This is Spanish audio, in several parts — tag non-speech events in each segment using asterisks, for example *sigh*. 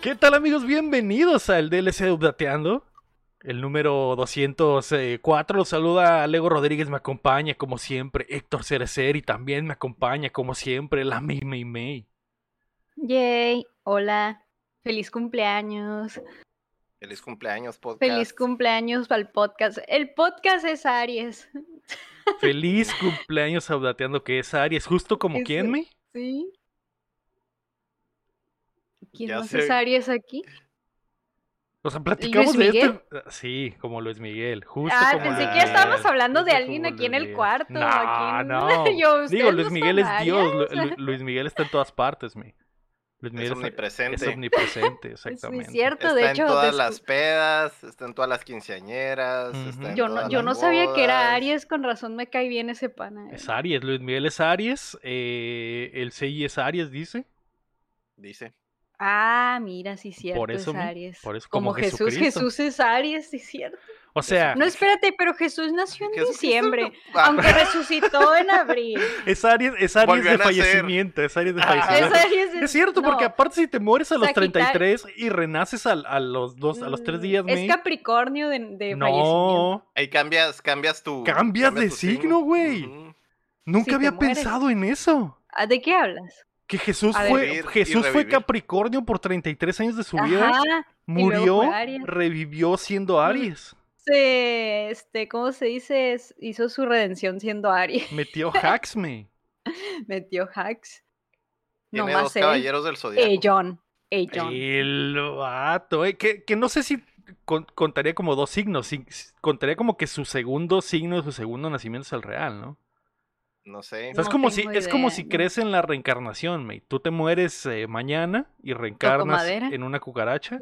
¿Qué tal amigos? Bienvenidos al DLC de Updateando. El número 204 los saluda Lego Rodríguez, me acompaña como siempre. Héctor Cerecer y también me acompaña como siempre la Mei Mei Mei. Yay, hola, feliz cumpleaños. Feliz cumpleaños, podcast. Feliz cumpleaños para el podcast. El podcast es Aries. Feliz *laughs* cumpleaños a Updateando que es Aries, justo como Es- quien, Mei. ¿Sí? ¿Quién Ya más sé. es Aries aquí? O sea, platicamos Luis de esto. Ah, Sí, como Luis Miguel, justo ah, como pensé Luis que ya estábamos Miguel, hablando de justo alguien como aquí en Luis el Miguel. cuarto. No, aquí en- no. *laughs* Yo, ¿ustedes Digo, no Luis son Miguel es Aries? Dios. Lu- Lu- Luis Miguel está en todas partes, mi. Luis Miguel Es está- omnipresente. es omnipresente, Sí, exactamente. *laughs* Es cierto, Está de en hecho. todas descu- las pedas, está en todas las quinceañeras. está Ujú. en Yo no, todas yo las no sabía que bodas. era Aries, con razón me cae bien ese pana. eh. Es Aries, Luis Miguel es Aries, eh, el CI es Aries, dice. Dice. Ah, mira, sí, cierto, eso, es mi- Aries. por eso, como como Jesús, Jesucristo. Jesús es Aries, sí, cierto. O sea, No, espérate, pero Jesús nació en Ah. Jesús- diciembre, Ah, aunque resucitó en abril. es Aries, es Aries Volvió de a nacer. fallecimiento, es Aries de Ah. Es fallecimiento. Aries, Es cierto, no, porque aparte si te mueres a los Sagitario- 33 y renaces al- a, los dos, a los tres mm, días, Es May, Capricornio de, de fallecimiento. no, Ahí cambias, cambias tu. Cambias de tu signo, güey. Ujú. nunca Si te había mueres. pensado en eso. Ah, ¿De qué hablas? Que Jesús A ver. fue, Vivir y Jesús fue revivir. Capricornio por 33 años de su vida, Ajá, y luego murió, fue Aries. Mm. revivió siendo Aries, se, este, ¿cómo se dice? Es- Hizo su redención siendo Aries, *laughs* metió hacks, May. metió hacks. No Tiene dos más él. caballeros del zodiaco. Eh, John, eh, John. El vato, eh, que, que no sé si con- contaría como dos signos, si- si- contaría como que su segundo signo, su segundo nacimiento es el real, ¿no? No sé. O sea, es No como si, tengo es como idea, si no. crees en la reencarnación, mate. Tú te mueres eh, mañana y reencarnas madera. en una cucaracha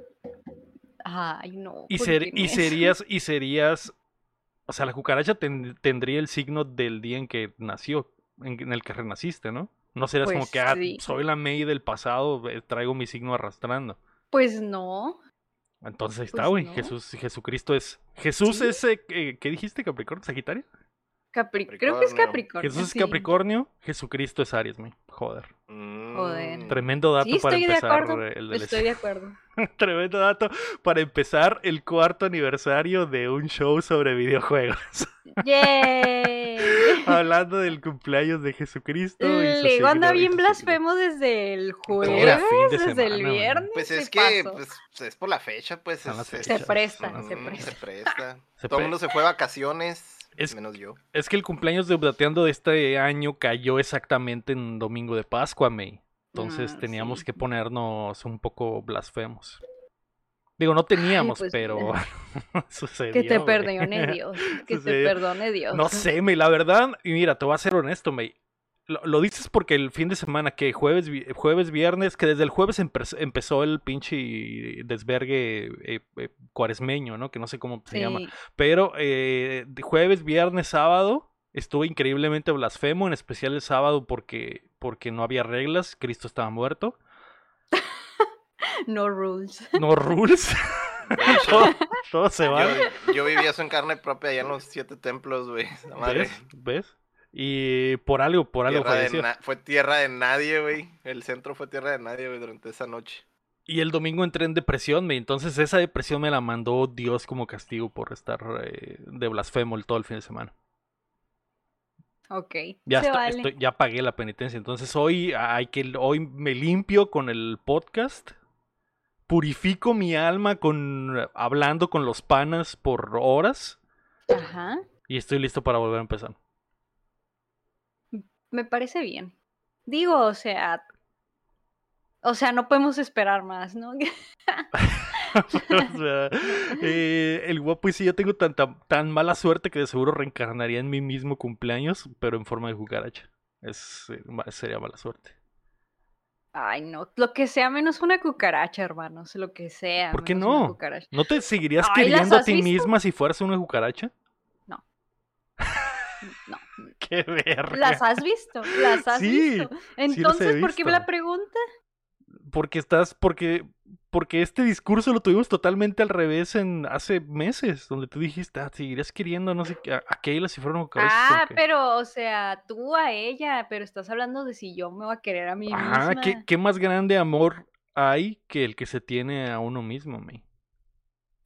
Ay, no. y, ¿por ser- qué y me- serías, y serías, o sea, la cucaracha ten- tendría el signo del día en que nació, en, en el que renaciste, ¿no? No serías como Pues que, ah, sí. soy la May del pasado, eh, traigo mi signo arrastrando. *laughs* Pues no. Entonces ahí está, Pues güey. no. Jesús, Jesucristo es. Jesús Sí. es. eh, eh, ¿Qué dijiste, Capricornio? ¿Sagitario? Capri- Creo que es Capricornio. Capricornio. Jesús es sí. Capricornio, Jesucristo es Aries, güey. Joder. Joder. Mm. Tremendo dato Sí, para estoy de empezar acuerdo, eh, el DLC. Estoy de acuerdo. *laughs* Tremendo dato para empezar el cuarto aniversario de un show sobre *laughs* videojuegos. ¡Yay! Hablando del cumpleaños de Jesucristo. y su Luego anda signo y bien su signo. blasfemo desde el Todo el jueves, fin de desde el semana, güey. viernes. Pues se es que pasó. pues, es por la fecha, pues. Son es- las es- fechas, Se presta, son- se Mm, presta. Se presta. *laughs* Se Todo pre- el mundo se fue de vacaciones, Es- *laughs* menos yo. Es que el cumpleaños de Updateando de este año cayó exactamente en domingo de Pascua, May. Entonces Ah, teníamos sí. que ponernos un poco blasfemos. Digo, no teníamos, pues pero mira. *laughs* sucedió. Que te güey. *laughs* perdone Dios. Que te Sucedió. perdone Dios. No sé, May, la verdad, y mira, te voy a ser honesto, May. Lo, lo dices porque el fin de semana, que jueves, vi- jueves, viernes, que desde el jueves empe- empezó el pinche desvergue eh, eh, cuaresmeño, ¿no? Que no sé cómo se llama. Sí. Pero eh, de jueves, viernes, sábado estuvo increíblemente blasfemo, en especial el sábado porque, porque no había reglas, Cristo estaba muerto. No rules. No rules, *laughs* De hecho, todo, todo se va. yo, yo vivía eso en carne propia allá en los siete templos, güey. La madre. ¿Ves? ¿Ves? Y por algo, por algo Tierra de falleció. na- fue tierra de nadie, güey. El centro fue tierra de nadie, güey, durante esa noche. Y el domingo entré en depresión, me entonces esa depresión me la mandó Dios como castigo por estar eh, de blasfemo el todo el fin de semana. Ok. Ya, se esto- vale. estoy- ya pagué la penitencia. Entonces hoy hay que hoy me limpio con el podcast. Purifico mi alma con hablando con los panas por horas. Ajá. Y estoy listo para volver a empezar. Me parece bien. Digo, o sea. O sea, no podemos esperar más, ¿no? *laughs* O sea, eh, el guapo y si yo tengo tanta, tan mala suerte que de seguro reencarnaría en mi mismo cumpleaños, pero en forma de cucaracha. Es, eh, ma- sería mala suerte. Ay, no. Lo que sea menos una cucaracha, hermanos. Lo que sea. ¿Por qué menos una no? cucaracha. ¿No te seguirías Ay, ¿las queriendo a has ti visto? misma si fueras una cucaracha? *laughs* No. ¡Qué verga! ¿Las has visto? ¿Las has Sí, visto? he Entonces, ¿por qué me visto. la pregunta? Porque estás, porque, porque este discurso lo tuvimos totalmente al revés en hace meses, donde tú dijiste, ah, seguirías queriendo, no sé, qué, a, a Keila si fuera una cucaracha. es como Ah, que, pero, o sea, tú a ella, pero estás hablando de si yo me voy a querer a mí Ajá, misma. ¿qué, qué más grande amor hay que el que se tiene a uno mismo, May.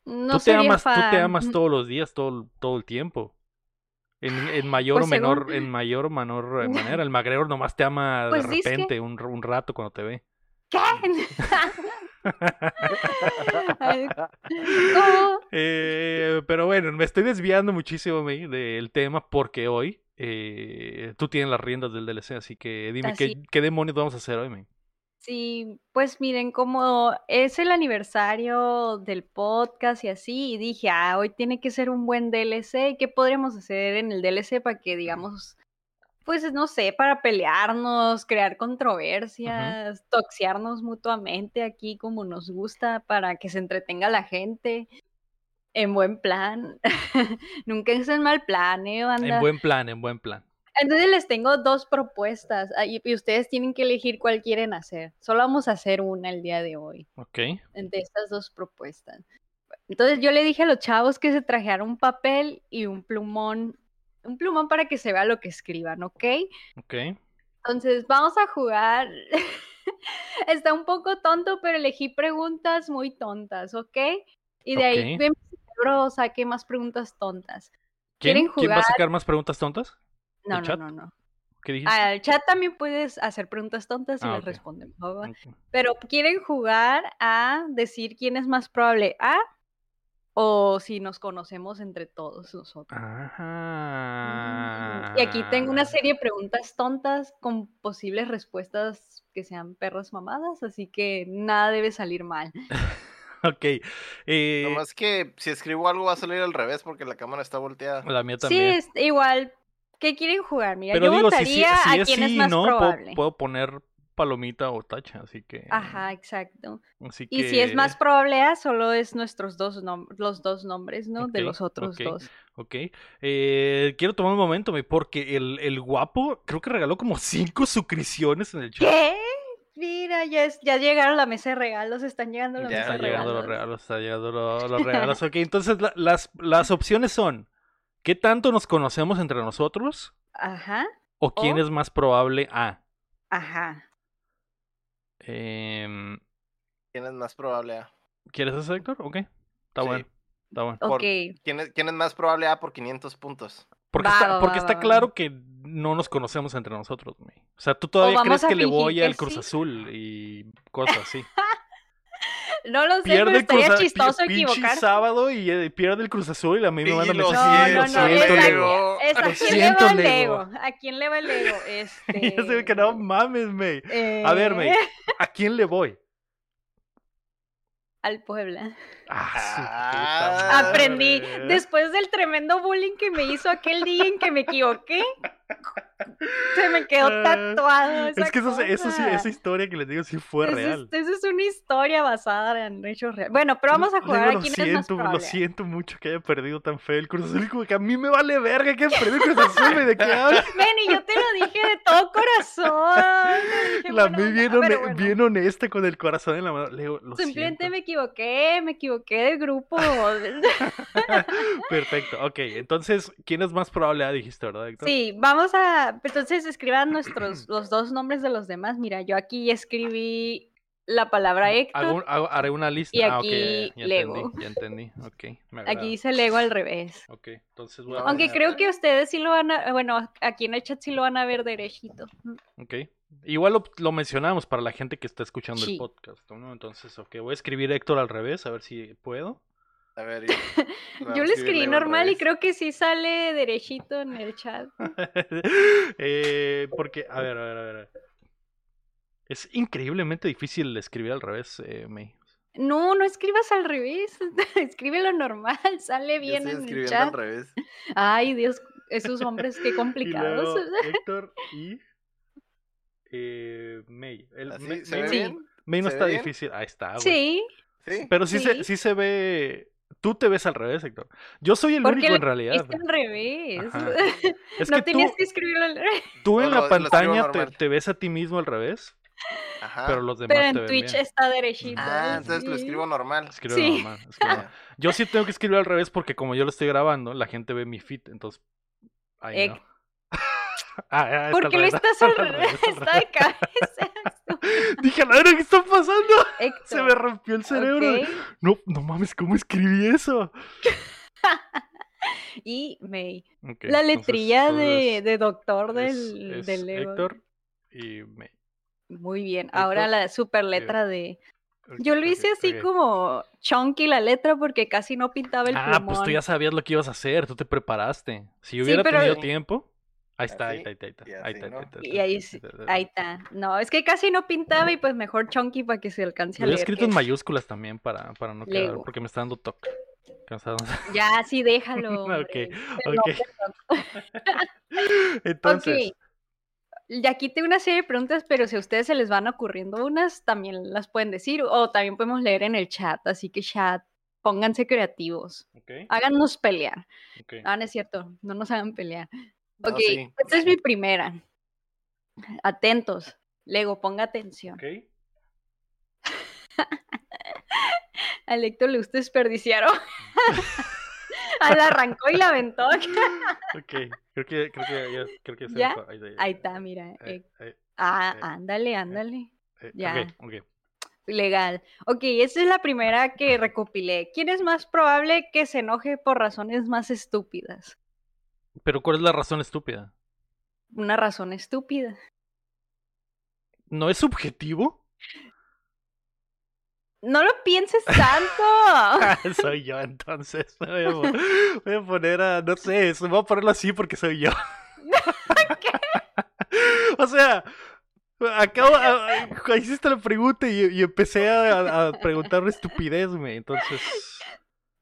No tú, te sería amas, tú te fan. amas todos los días, todo, todo el tiempo. En, en mayor Pues o menor, según- en mayor o menor eh, *laughs* manera. El magreor nomás te ama Pues de dizque. repente, un, un rato cuando te *laughs* ve. Ay, ¿Cómo? Eh, pero bueno, me estoy desviando muchísimo May, del tema porque hoy eh, tú tienes las riendas del DLC, así que dime Así qué, qué demonios vamos a hacer hoy, May. Sí, pues miren, como es el aniversario del podcast y así, y dije, ah, hoy tiene que ser un buen DLC, ¿y qué podríamos hacer en el DLC para que, digamos, pues no sé, para pelearnos, crear controversias, toxiarnos mutuamente aquí como nos gusta, para que se entretenga la gente, en buen plan, *laughs* nunca es en mal plan, ¿eh, En banda? buen plan, en buen plan. Entonces les tengo dos propuestas ah, y, y ustedes tienen que elegir cuál quieren hacer. Solo vamos a hacer una el día de hoy, Ok. entre estas dos propuestas. Entonces yo le dije a los chavos que se trajeran un papel y un plumón, un plumón para que se vea lo que escriban, ¿ok? Ok. Entonces vamos a jugar. *laughs* Está un poco tonto, pero elegí preguntas muy tontas, ¿ok? Y de ahí Ok. ve mi cerebro saque más preguntas tontas. ¿Quién, ¿Quieren ¿Quién va a jugar? sacar más preguntas tontas? No, ¿El no, chat? no, no. ¿Qué dijiste? Al chat también puedes hacer preguntas tontas y Ah, las ok. respondemos. ¿va, va? Ok. Pero quieren jugar a decir quién es más probable A o si nos conocemos entre todos nosotros. Ah, Ajá. Y aquí tengo Ah. una serie de preguntas tontas con posibles respuestas que sean perras mamadas, así que nada debe salir mal. Ok. eh, Nomás que si escribo algo va a salir al revés porque la cámara está volteada. la mía Sí, también. es igual. ¿Qué quieren jugar? Mira, Pero yo digo, si, sí- votaría si a es quién es sí y más no, puedo, probable. puedo poner palomita o tacha, así que. Ajá, exacto. así Y si es que- más probable A, solo es nuestros dos nom- los dos nombres, ¿no? De Ok, los otros ok. dos. Ok. eh, quiero tomar un momento, me, porque el, el guapo creo que regaló como cinco suscripciones en el chat. ¿Qué? Mira, ya, es- ya llegaron a la mesa de regalos, están llegando a la Ya mesa Está de llegando los regalos. regalos, está llegando lo- *laughs* los regalos. Ok, entonces la- las, las opciones son: ¿qué tanto nos conocemos entre nosotros? Ajá, ¿O quién O- es más probable a? ajá. Em, ¿Quién es más probable A? ¿Quieres ese sector? Ok. Está Sí. bueno. Está bueno. Por- Ok. ¿Quién es, quién es más probable A por 500 puntos? Porque Va, está, va, porque va, está va, va. claro que no nos conocemos entre nosotros, güey. O sea, tú todavía vamos crees a que le fingir voy que al Cruz sí. Azul y cosas *laughs* así. No lo sé, pero pierde el Cruz estaría Azul. chistoso pinche equivocarse. sábado y eh, pierde el Cruz Azul y a mí me Y manda lo mensajes. No, "Lo no, no, siento, esa- Leo". *laughs* Es, Lo ¿A quién le va siento, el Lego. ego? ¿A quién le va *laughs* el ego? Este... Yo sé que no mames, güey. A ver, güey. eh, ¿A quién le voy? *laughs* Al Puebla. Ah, su puta madre. Aprendí. Después del tremendo bullying que me hizo aquel día en que me equivoqué, se me quedó Ah, tatuado. esa Es que eso, eso sí, cosa. esa historia que les digo sí fue Esa real. Es, esa es una historia basada en hechos reales. Bueno, pero vamos a Luego jugar a lo quién siento, es más Lo probable. siento mucho que haya perdido tan feo el Cruz Azul. Como que a mí me vale verga que haya perdido el Cruz Azul. güey, ¿De qué *laughs* hablas? *laughs* Ven, y yo te lo dije de todo corazón. lo *laughs* dije La buena vi onda, bien, pero hone- bueno, bien honesta con el corazón en la mano. Leo, lo Simplemente siento. me equivoqué, me equivoqué *laughs* de grupo. Perfecto, ok. Entonces, ¿quién es más probable? Ah, dijiste, ¿verdad, Héctor? sí, vamos a. Entonces escriban nuestros los dos nombres de los demás. Mira, yo aquí escribí la palabra Héctor. Hago un- hago- haré una lista. Y ah, ok, ya, aquí ya, ya Lego. entendí, ya entendí. Ok, me agrada. Aquí dice Lego al revés. Ok, entonces voy a No, Aunque poner- creo que ustedes sí lo van a. Bueno, aquí en el chat sí lo van a ver derechito. Ok. Igual lo, lo mencionamos para la gente que está escuchando el Sí. podcast, ¿no? Entonces, ok, voy a escribir Héctor al revés, a ver si puedo. A ver. *laughs* y- Yo vamos lo a escribí escribirle al normal y revés. creo que sí sale derechito en el chat. *laughs* Eh, porque, a ver, a ver, a ver. Es increíblemente difícil escribir al revés, eh, May. No, no escribas al revés, *laughs* escríbelo normal, sale Yo bien estoy en el escribiendo chat. al revés. Ay, Dios, esos hombres qué *laughs* Y complicados. ¿eh? luego, ah, Héctor y eh, May. El- Así, May, ¿Se ve May- Sí. bien? May no ¿Se ve está bien? difícil. Ahí está, güey. sí, Sí. Pero sí, Se, Sí. sí se ve. Tú te ves al revés, Héctor. Yo soy el ¿Por qué único le en realidad. es al pues. revés. *laughs* Ajá. Es no que tú, tenías que escribirlo al revés, tú en No, la lo- lo escribo pantalla te, normal. Ah. te ves a ti mismo al revés, Ajá. pero los demás pero Este te en ven Twitch bien. está derechito. ¿eh? Ah, entonces lo sí. escribo normal. Ah, Escribe Sí. normal, *laughs* escribe normal. Ya. Yo sí tengo que escribir al revés porque como yo lo estoy grabando, la gente ve mi feed, entonces... Ahí Ec- no. *laughs* Ah, ah, está al ¿Por qué lo revés, estás está *laughs* al al revés? *laughs* revés, está al Está de cabeza. revés. *laughs* Dije, "A la verga, ¿qué está pasando? Héctor. Se me rompió el cerebro. Ok. No, no mames, ¿cómo escribí eso? Y May. Ok, la entonces, letrilla tú de, eres- de doctor es- del, es del Lego. Héctor y me- Muy bien. Ahora Héctor. la super letra de. Yo ok, lo hice ok, así ok. como chunky la letra porque casi no pintaba el Ah, pues tú plumón. ya sabías lo que ibas a hacer, tú te preparaste. Si Sí, hubiera pero- tenido tiempo. Ahí está, ahí está, Así ahí está, ahí está, y ahí así, está, ahí ¿no? está, ahí está, Y ahí ahí sí- está, ahí está. Ahí está. No, es que casi no pintaba y pues mejor chunky para que se alcance a Lo he leer. escrito que- en mayúsculas también para, para no quedar, Lego. porque me está dando toque. *laughs* Cansado. *laughs* Ya, sí, déjalo. Ok, hombre. Perdón, *laughs* Ok. Entonces, Ok. Ya quité una serie de preguntas, pero si a ustedes se les van ocurriendo unas, también las pueden decir o también podemos leer en el chat. Así que chat, pónganse creativos. ok, Háganos pelear. ok. Ah, no es cierto, no nos hagan pelear. No, Ok, sí. esta es mi primera. Atentos. Lego, ponga atención. ok. Al Héctor le gusta desperdiciar. *laughs* Ah, la arrancó y la *laughs* aventó. *laughs* Ok, creo que, creo que, ya, creo que se ¿Ya? fue. Ahí está, mira. Eh, Héctor. eh, Ah, eh, ándale, ándale. eh, Ya. ok, ok. Legal. Ok, esta es la primera que recopilé. ¿Quién es más probable que se enoje por razones más estúpidas? Pero ¿cuál es la razón estúpida? Una razón estúpida. ¿No es subjetivo? No lo *laughs* pienses tanto. Ah, *laughs* soy yo, entonces. *laughs* Me Voy a, po- voy a poner a. No sé, se- voy a ponerlo así porque soy *laughs* yo. *laughs* O sea, acabo. a- a- hiciste la pregunta y, y empecé a, a preguntar una estupidez, me. Entonces.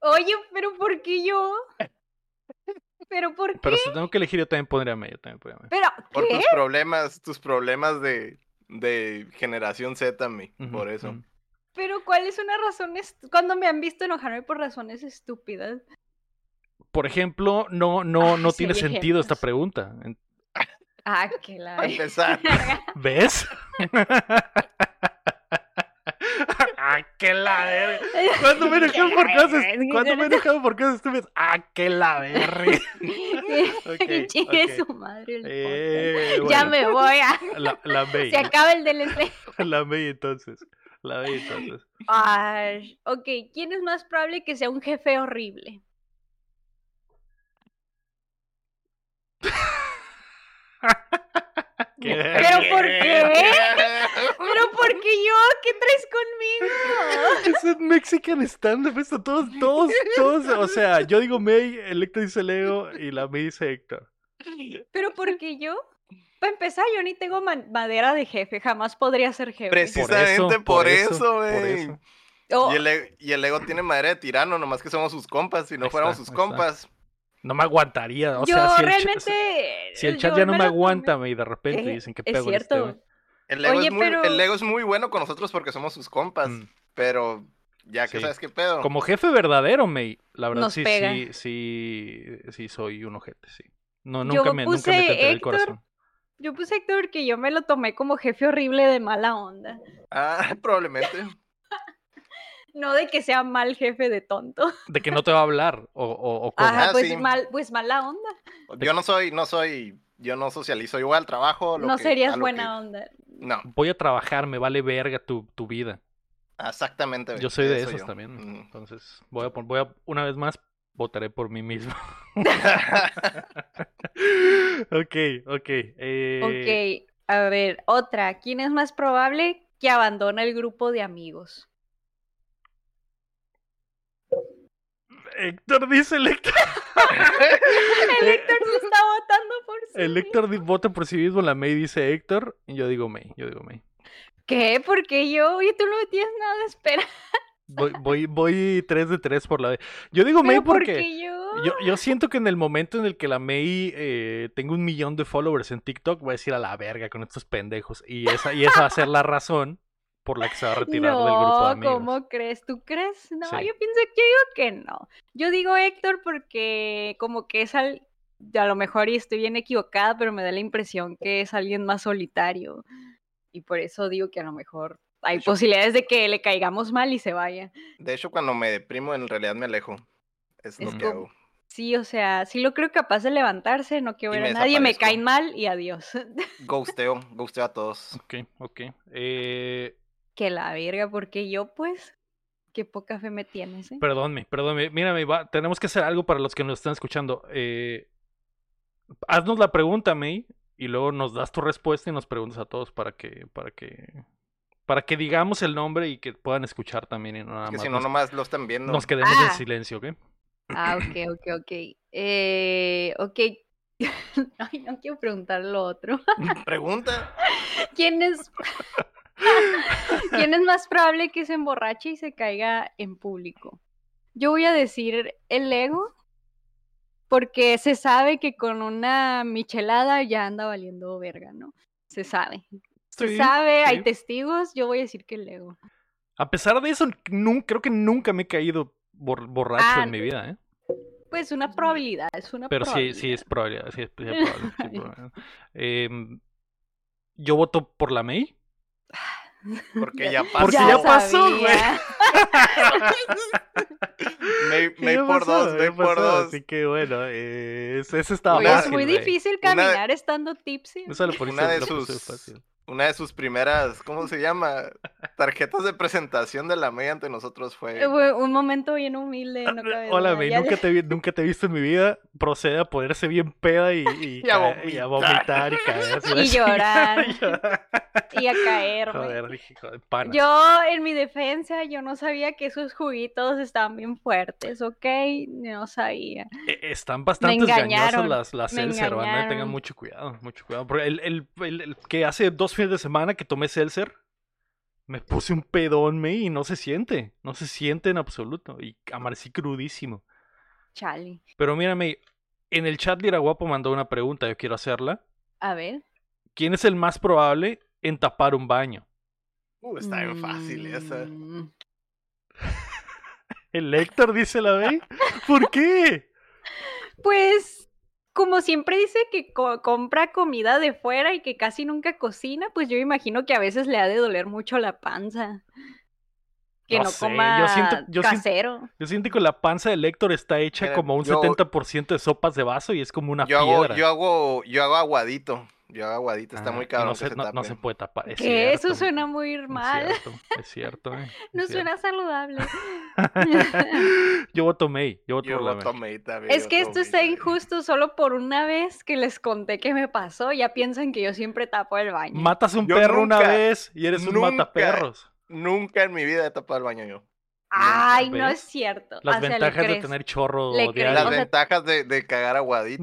Oye, pero ¿por qué yo? ¿Pero por qué? Pero si tengo que elegir, yo también pondría a mí. Yo también pondría a mí. Pero, Por ¿qué? tus problemas, tus problemas de, de generación Z, mi. Ujú, Por eso. ujú. ¿Pero cuál es una razón? est- Cuando me han visto enojarme por razones estúpidas. Por ejemplo, no, no, Ay, no Ah, sí, tiene hay sentido esta ejemplos. pregunta. En- Ah, que la... Para empezar. *laughs* ¿Ves? *laughs* ¡Ah, qué la verga! ¿Cuándo me he enojado por *laughs* cosas? ¿Cuándo me he enojado por cosas estúpidas? ¡Ah, qué la *laughs* verga! *laughs* Ok, Que *laughs* chingue ok. su madre el podcast. Eh, Ya bueno, me voy a... La, *laughs* la May, Se acaba el DLC. la May entonces. La May entonces. Ay, ok, ¿quién es más probable que sea un jefe horrible? ¿Qué? ¿Pero por *laughs* qué? *laughs* ¿Qué? ¿Pero por qué yo? ¿Qué traes conmigo? Es un Mexican stand-up, esto, todos, todos, todos, o sea, yo digo May, el Héctor dice Leo y la May dice Héctor. ¿Pero por qué yo? Para empezar, yo ni tengo man- madera de jefe, jamás podría ser jefe. Preci- Precisamente por eso, güey. Oh, Y el, e- y el ego tiene madera de tirano, nomás que somos sus compas. Si no Ahí fuéramos está, sus ahí está. compas, No me aguantaría, o yo sea, si el, cha- realmente... si el chat yo ya no me lo aguanta, tomé- May, de repente Eh, dicen que Es pego en este, cierto. güey. el ego, Oye, es muy, pero- el ego es muy bueno con nosotros porque somos sus compas. Mm. Pero ya que Sí. sabes qué pedo. Como jefe verdadero, May, la verdad Nos sí, pega. sí, sí, sí, soy un ojete, sí. No, Yo nunca me, nunca puse me tenté el Héctor. corazón. Yo puse Héctor que yo me lo tomé como jefe horrible de mala onda. Ah, *laughs* probablemente. No de que sea mal jefe de tonto. De que no te va a hablar, o, o, o cómo. Ajá, Ah, pues, Pues sí. mal, pues mala onda. Yo no soy, no soy, yo no socializo. Yo voy al trabajo. lo No que- a serías lo buena que- onda. No, voy a trabajar, me vale verga tu, tu vida. exactamente. güey, Yo soy de eso esos yo. también. Mm. Entonces, voy a, pon- voy a, una vez más, votaré por mí *laughs* mismo. ok, ok. eh, Ok, a ver, otra. ¿Quién es más probable que abandone el grupo de amigos? Héctor dice, el Héctor, *laughs* *laughs* El Héctor se está votando *laughs* por sí. el Héctor di- vota por sí mismo, la May dice Héctor, y yo digo May, yo digo May. ¿Qué? ¿Por qué yo? Oye, tú no tienes nada de espera. Voy, voy, voy 3 de 3 por la B. Yo digo May ¿Pero por porque... qué yo? Yo, yo siento que en el momento en el que la May eh, tenga un millón de followers en TikTok, voy a decir a la verga con estos pendejos. Y esa, y esa va a ser la razón por la que se va a retirar no, del grupo de amigos. ¿cómo crees? ¿Tú crees? No, Sí. yo pienso que yo digo que no. Yo digo Héctor porque como que es al... A lo mejor y estoy bien equivocada, pero me da la impresión que es alguien más solitario. Y por eso digo que a lo mejor hay hecho- posibilidades de que le caigamos mal y se vaya. De hecho, cuando me deprimo, en realidad me alejo. Es lo Es que como- hago. Sí, o sea, sí lo creo capaz de levantarse, no quiero Y ver a me nadie, me desaparezco. caen mal y adiós. *laughs* Ghosteo, ghosteo a todos. Ok, ok. Eh, que la verga, porque yo pues, qué poca fe me tienes, ¿eh? Perdónme, perdónme. Mírame, va- tenemos que hacer algo para los que nos están escuchando. Eh, haznos la pregunta, May, y luego nos das tu respuesta y nos preguntas a todos para que, para que, para que digamos el nombre y que puedan escuchar también. Y no nada Es que más si no, nos, nomás lo están viendo. nos quedemos en Ah. silencio, ¿ok? Ah, ok, ok, ok. Eh, ok. *laughs* Ay, no quiero preguntar lo otro. *laughs* Pregunta. ¿Quién es... *laughs* ¿Quién es más probable que se emborrache y se caiga en público? Yo voy a decir el ego, porque se sabe que con una michelada ya anda valiendo verga, ¿no? Se sabe. Se Sí, sabe, hay sí. testigos, yo voy a decir que el ego. A pesar de eso, nun- creo que nunca me he caído bor- borracho Ah, en mi vida, ¿eh? Pues una probabilidad, es una Pero sí, probabilidad. sí es probable. sí es- sí es probable, sí es probable. Em, yo voto por la May. Porque ya pasó. Porque ya pasó, sabía. güey. Me, *laughs* Sí, me ya por pasó, dos, ya me por pasó, dos. Así que bueno, eh, es- ese estaba Oye, fácil. Pues es muy güey. difícil Una de- caminar estando tipsy. Eso lo pusiste, Una de lo pusiste sus- fácil. Una de sus primeras, ¿cómo se llama? Tarjetas de presentación de la media ante nosotros fue. Eh, güey, Un momento bien humilde. *laughs* No cabe Hola, duda. May, Ya- nunca te, vi- nunca te he visto en mi vida. Procede a ponerse bien peda y, *laughs* y, Y a caer- y a vomitar y caer. así, *laughs* Y llorar. y llorar. Y a caer, *laughs* güey. Joder, dije, joder, panas. Yo, en mi defensa, yo no sabía que esos juguitos estaban bien fuertes, ¿ok? No sabía. Eh, Están bastante engañosas engañaron, las, las me Seltzer, banda. Tengan engañaron. mucho cuidado, mucho cuidado. Porque el, el- el- el que hace dos fines de semana que tomé Seltzer, me puse un pedón, May, y no se siente. No se siente en absoluto. Y amanecí crudísimo. Chale. Pero mírame, en el chat Liraguapo mandó una pregunta, yo quiero hacerla. A ver. ¿Quién es el más probable en tapar un baño? Uh, está bien fácil esa. Mm, El Héctor dice la B. ¿Por qué? Pues, como siempre dice que co- compra comida de fuera y que casi nunca cocina, pues yo imagino que a veces le ha de doler mucho la panza. Que No no, sé, yo coma siento- yo siento- casero. Yo siento que la panza del Héctor está hecha Mira, como un yo- 70% de sopas de vaso y es como una Yo hago, piedra. yo hago, yo hago aguadito. Yo hago aguadito, está Ah, muy y cabrón No que se, se no- no tape. se puede tapar. Es que cierto, eso suena muy es mal. *laughs* cierto, Es cierto, eh, es No cierto. *laughs* suena saludable. yo voto May. Yo voto Yo por la lo May. tomé también. Es yo que esto tomé está también. injusto solo por una vez que les conté que me pasó. Ya piensan que yo siempre tapo el baño. Matas un Yo perro una nunca, vez y eres un nunca- mataperros. Nunca en mi vida he tapado el baño yo. Ay, no ¿ves? es cierto. Las o sea, le ventajas de crees. tener chorro Le crees. diario. Las o sea- ventajas de, de cagar *laughs* aguadito.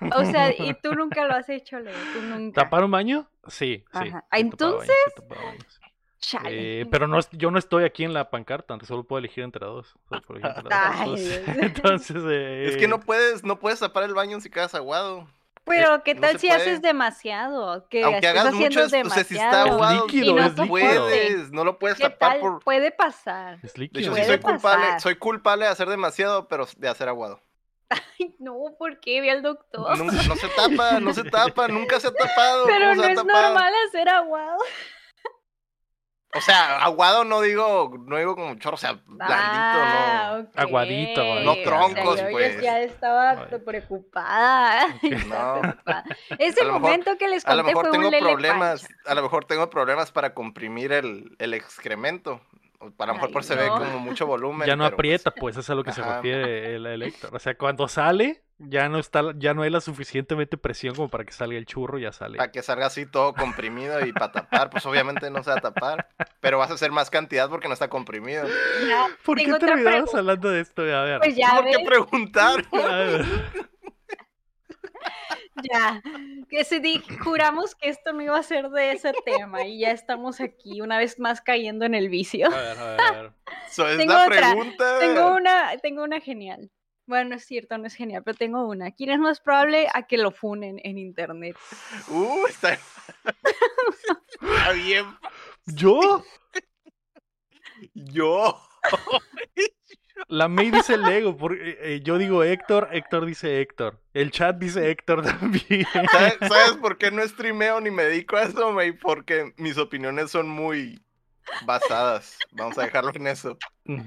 güey. O sea, y tú nunca lo has hecho, Leo. Tú nunca. ¿Tapar un baño? Sí. sí, Ajá. sí Ah, tapaba baños, sí tapaba *laughs* baños. Chale. Eh, pero no, es- yo no estoy aquí en la pancarta, entonces solo puedo elegir entre dos. solo puedo elegir entre dos. Ay, Entonces, *laughs* Dios. *laughs* entonces, eh, Es que no puedes, no puedes tapar el baño si cagas aguado. Pero qué Eh, no tal se si puede. haces demasiado, que Aunque estás hagas haciendo mucho, es- o sea, si está demasiado. aguado, aguado, líquido, Y no es no líquido. puedes, no lo puedes ¿Qué tapar tal? por. Puede pasar. *laughs* Es De líquido. hecho, ¿eh? Puede sí soy culpable, pasar. soy culpable de hacer demasiado, pero de hacer aguado. Ay, no, ¿por qué? Vi al doctor. Nunca- no se tapa, no se tapa, nunca se ha tapado. Oh. *laughs* Pero ¿cómo no se va a es tapar? normal hacer aguado. O sea, aguado no digo, no digo como chorro, o sea, blandito, Ah, ok. Aguadito, No O sea, troncos, yo- yo pues. ya estaba Ay. preocupada. *laughs* no. No. preocupada. Es *laughs* A el lo mejor- momento que les A lo conté mejor fue tengo un lele problemas, pancha. a lo mejor tengo problemas para comprimir el, el excremento. O A lo mejor Ay, por se ve no. como mucho volumen. Ya no pero, pues, aprieta, pues, eso es a lo que se Ajá. refiere el, el Héctor. O sea, cuando sale, ya no está, ya no hay la suficientemente presión como para que salga el churro, ya sale. para que salga así todo comprimido y para tapar, pues obviamente no se va a tapar, pero vas a hacer más cantidad porque no está comprimido. Ya, ¿Por qué tengo otra terminamos pregunta. hablando de esto? A ver. Pues *laughs* ya, ¿Por qué ves, preguntar? a ver. ya. Que se di- juramos que esto no iba a ser de ese tema y ya estamos aquí una vez más cayendo en el vicio. A ver, a ver, a *laughs* ver. Eso es Tengo la otra, pregunta. Tengo una, tengo una genial. Bueno, no es cierto, no es genial, pero tengo una. ¿Quién es más probable a que lo funen en internet? *laughs* Uh, está... está bien. ¿Yo? Yo. La May dice Lego, porque eh, yo digo Héctor, Héctor dice Héctor. El chat dice Héctor también. ¿Sabes, sabes por qué no streameo ni me dedico a eso, May? Porque mis opiniones son muy basadas. Vamos a dejarlo en eso. Ujú.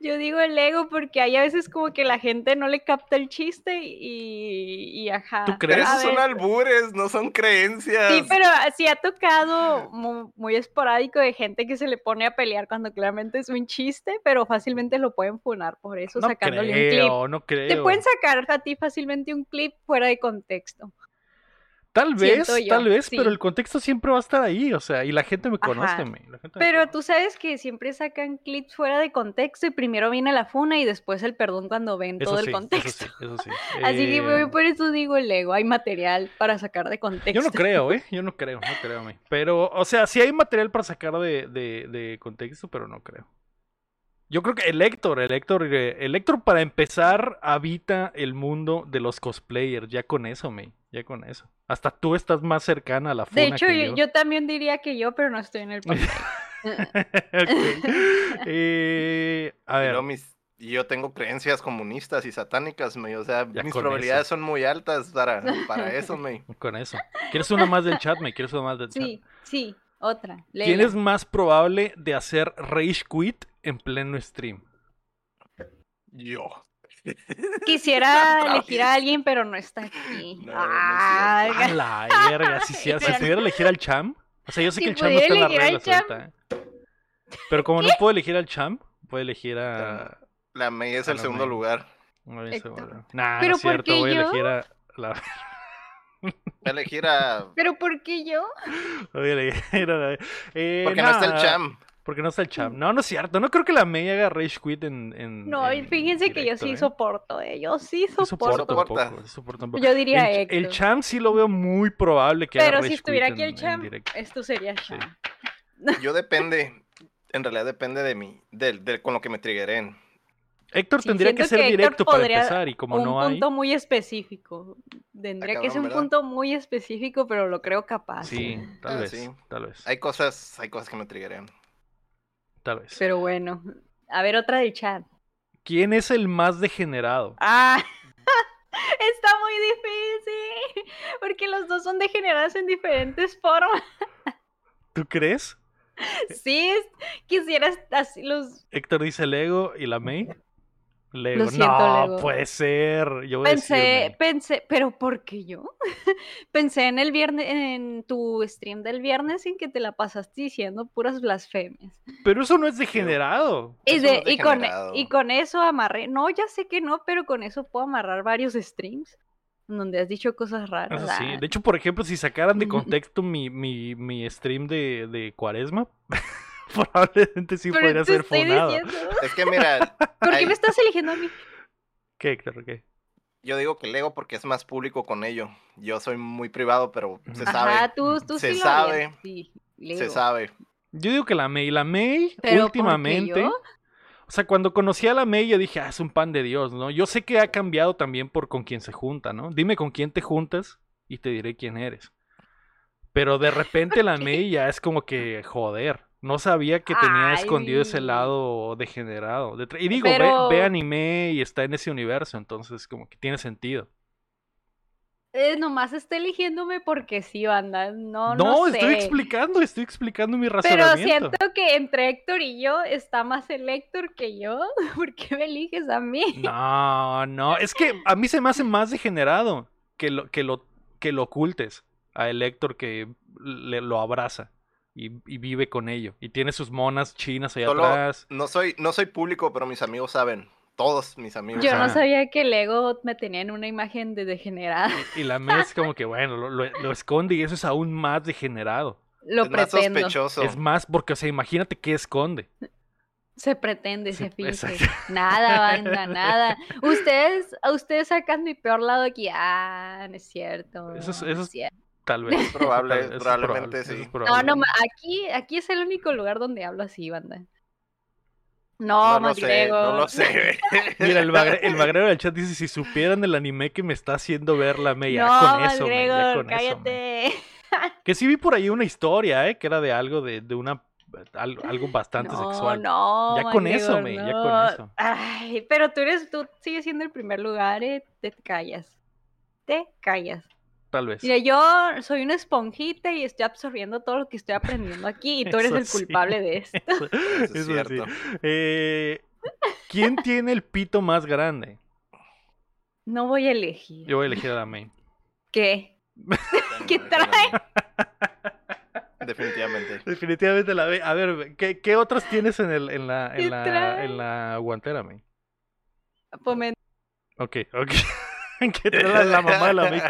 Yo digo el ego porque hay a veces como que la gente no le capta el chiste y, y ajá. ¿Tú Pero crees? A esos son ver, albures, no son creencias. Sí, pero ah, sí ha tocado mu- muy, esporádico de gente que se le pone a pelear cuando claramente es un chiste, pero fácilmente lo pueden funar por *laughs* eso, No sacándole un clip. creo, no creo. Te pueden sacar a ti fácilmente un clip fuera de contexto. Tal vez, Siento yo, tal vez, sí. pero el contexto siempre va a estar ahí, o sea, y la gente me conoce, me- la gente me Pero conoce. tú sabes que siempre sacan clips fuera de contexto y primero viene la funa y después el perdón cuando ven Eso todo el sí, contexto. *laughs* Eso sí, eso sí. Así que Eh, por- por eso digo el ego, hay material para sacar de contexto. Yo no *laughs* creo, ¿eh? Yo no creo, no creo a mí. Pero, o sea, sí hay material para sacar de, de- de contexto, pero no creo. Yo creo que el Héctor, el Héctor, eh, el Héctor para empezar habita el mundo de los cosplayers, ya con eso, me, ya con eso. Hasta tú estás más cercana a la funa De hecho, que yo, yo también diría que yo, pero no estoy en el papel. *laughs* Ok. Eh, a Y ver, luego mis- y yo tengo creencias comunistas y satánicas, me, o sea, Ya mis con probabilidades son muy altas *laughs* para, para eso, me. con eso. ¿Quieres una más del chat, me? ¿Quieres una más del chat? Sí, sí, otra. ¿Quién léela. es *laughs* más probable de hacer rage quit en pleno stream? Yo. Quisiera Otra elegir vez. a alguien, pero no está aquí. No, no es cierto. Ah, A la verga, si, *laughs* se si Pero- pudiera elegir al champ. O sea, yo sé Si que el champ no está en las pudiera reglas elegir al ahorita. ¿eh? Pero como no puedo elegir al champ, puedo elegir a. La May es A el la segundo May. lugar. No, ese, Héctor. boludo. Nah, Pero no es cierto, ¿por qué voy a yo? elegir a. la- *laughs* Voy a elegir a... *laughs* pero ¿por qué yo? voy a elegir a la- Eh, Porque no está el nah, cham. Porque no está el champ. No, no es cierto. No creo que la media haga rage quit en. en- No, y en fíjense que yo directo, sí ¿eh? soporto, eh, yo sí Sí soporto. soporto un Soporta. poco, sí soporto un poco. Yo diría el, Héctor. el champ sí lo veo muy probable que haga pero si rage estuviera quit aquí en- el en champ, directo. esto sería champ. Yo depende, en realidad depende de mí, del, del- con lo que me triggeren. Héctor Sí, tendría que siento ser que Héctor directo para podría- empezar y como un no hay. punto muy específico. Tendría que Ah, cabrón, ser un ¿verdad? punto muy específico, pero lo creo capaz. Sí, tal Ah, vez, sí. tal vez, Hay cosas, hay cosas que me triggeren. tal vez. Pero bueno, a ver otra del chat. ¿Quién es el más degenerado? Ah, *laughs* está muy difícil, porque los dos son degenerados en diferentes *laughs* formas. ¿Tú crees? Sí, es- quisieras así los... Héctor dice Lego y la May. Lego. Lo siento, no, Lego. puede ser. Yo voy a decir Pensé, May. pensé, pero ¿por qué yo? *laughs* Pensé en el viernes, en tu stream del viernes en que te la pasaste diciendo puras blasfemias. Pero eso no es degenerado. Y, Eso no es de- y con, e, degenerado. y con eso amarré. No, ya sé que no, pero con eso puedo amarrar varios streams donde has dicho cosas raras. Eso sí. Ah, De hecho, por ejemplo, si sacaran de Ujú. contexto mi, mi, mi stream de, de cuaresma, *laughs* probablemente sí pero podría te ser estoy funado. *laughs* diciendo- Es *laughs* que mira, ¿Por qué Ay. me estás eligiendo a mí? ¿Qué, Héctor? ¿Qué? yo digo que lego porque es más público con ello. Yo soy muy privado, pero se Ajá, sabe, Ajá, tú, tú Se sí lo sabe. vieron, sí, se Lego. sabe. Yo digo que la May, la May ¿Pero por qué últimamente. yo? O sea, cuando conocí a la May, yo dije, ah, es un pan de Dios, ¿no? Yo sé que ha cambiado también por con quién se junta, ¿no? Dime con quién te juntas y te diré quién eres. Pero de *laughs* repente la May ya es como que, joder, no sabía que tenía Ay. escondido ese lado degenerado. De tra- y digo, ve- Pero- ve, anime y está en ese universo, entonces como que tiene sentido. Eh, nomás está eligiéndome porque sí, banda. No, No, no, sé. estoy explicando, estoy explicando mi Pero razonamiento. siento que entre Héctor y yo está más el Héctor que yo. *laughs* ¿Por qué me eliges a mí? No, no, es que a mí se me hace más degenerado que lo, que lo, que lo ocultes a el Héctor que le- lo abraza y, y vive con ello. Y tiene sus monas chinas allá Solo- atrás. No soy, no soy público, pero mis amigos saben. Todos mis amigos Yo no Ajá. saben. sabía que el ego me tenía en una imagen de degenerada. Y la May es como que, bueno, lo, lo- lo esconde y eso es aún más degenerado. *laughs* Lo es más pretendo. sospechoso. Es más porque, o sea, imagínate qué esconde. Se pretende, Sí, se finge. exacto. *laughs* Nada, banda, nada. Ustedes, a ustedes sacan mi peor lado aquí. Ah, no es cierto. Eso es- no eso es- cierto. Tal vez. Es probable, Tal vez, eso es probable, probablemente eso es sí. No, probable. no, ma- aquí, aquí es el único lugar donde hablo así, banda. No No, lo sé, Magrego. no *laughs* lo sé. *laughs* Mira, el, magre- el magrero del chat dice, si supieran el anime que me está haciendo ver la May, ya No, con eso, May, ya Magrego, con eso, May. cállate. Que sí vi por ahí una historia, ¿eh? Que era de algo de, de una al- algo bastante no, sexual. no. Ya con eso, me, me, ya con eso. Ay, pero tú eres, tú sigues siendo el primer lugar, eh. Te callas. Te callas. tal vez. Mira, yo soy una esponjita y estoy absorbiendo todo lo que estoy aprendiendo aquí y tú eres Eso el sí. culpable de esto. Eso- Eso es eso sí. cierto. Eh, ¿Quién tiene el pito más grande? No voy a elegir. Yo voy a elegir a la main. ¿Qué? *laughs* ¿Qué Definitivamente. Definitivamente la ve. A ver, ¿qué, qué otras tienes en, el, en, la, ¿Qué en, la, trae? en la guantera, main? Pomen- Ok, ok. *laughs* ¿Qué trae la, la mamá de la main?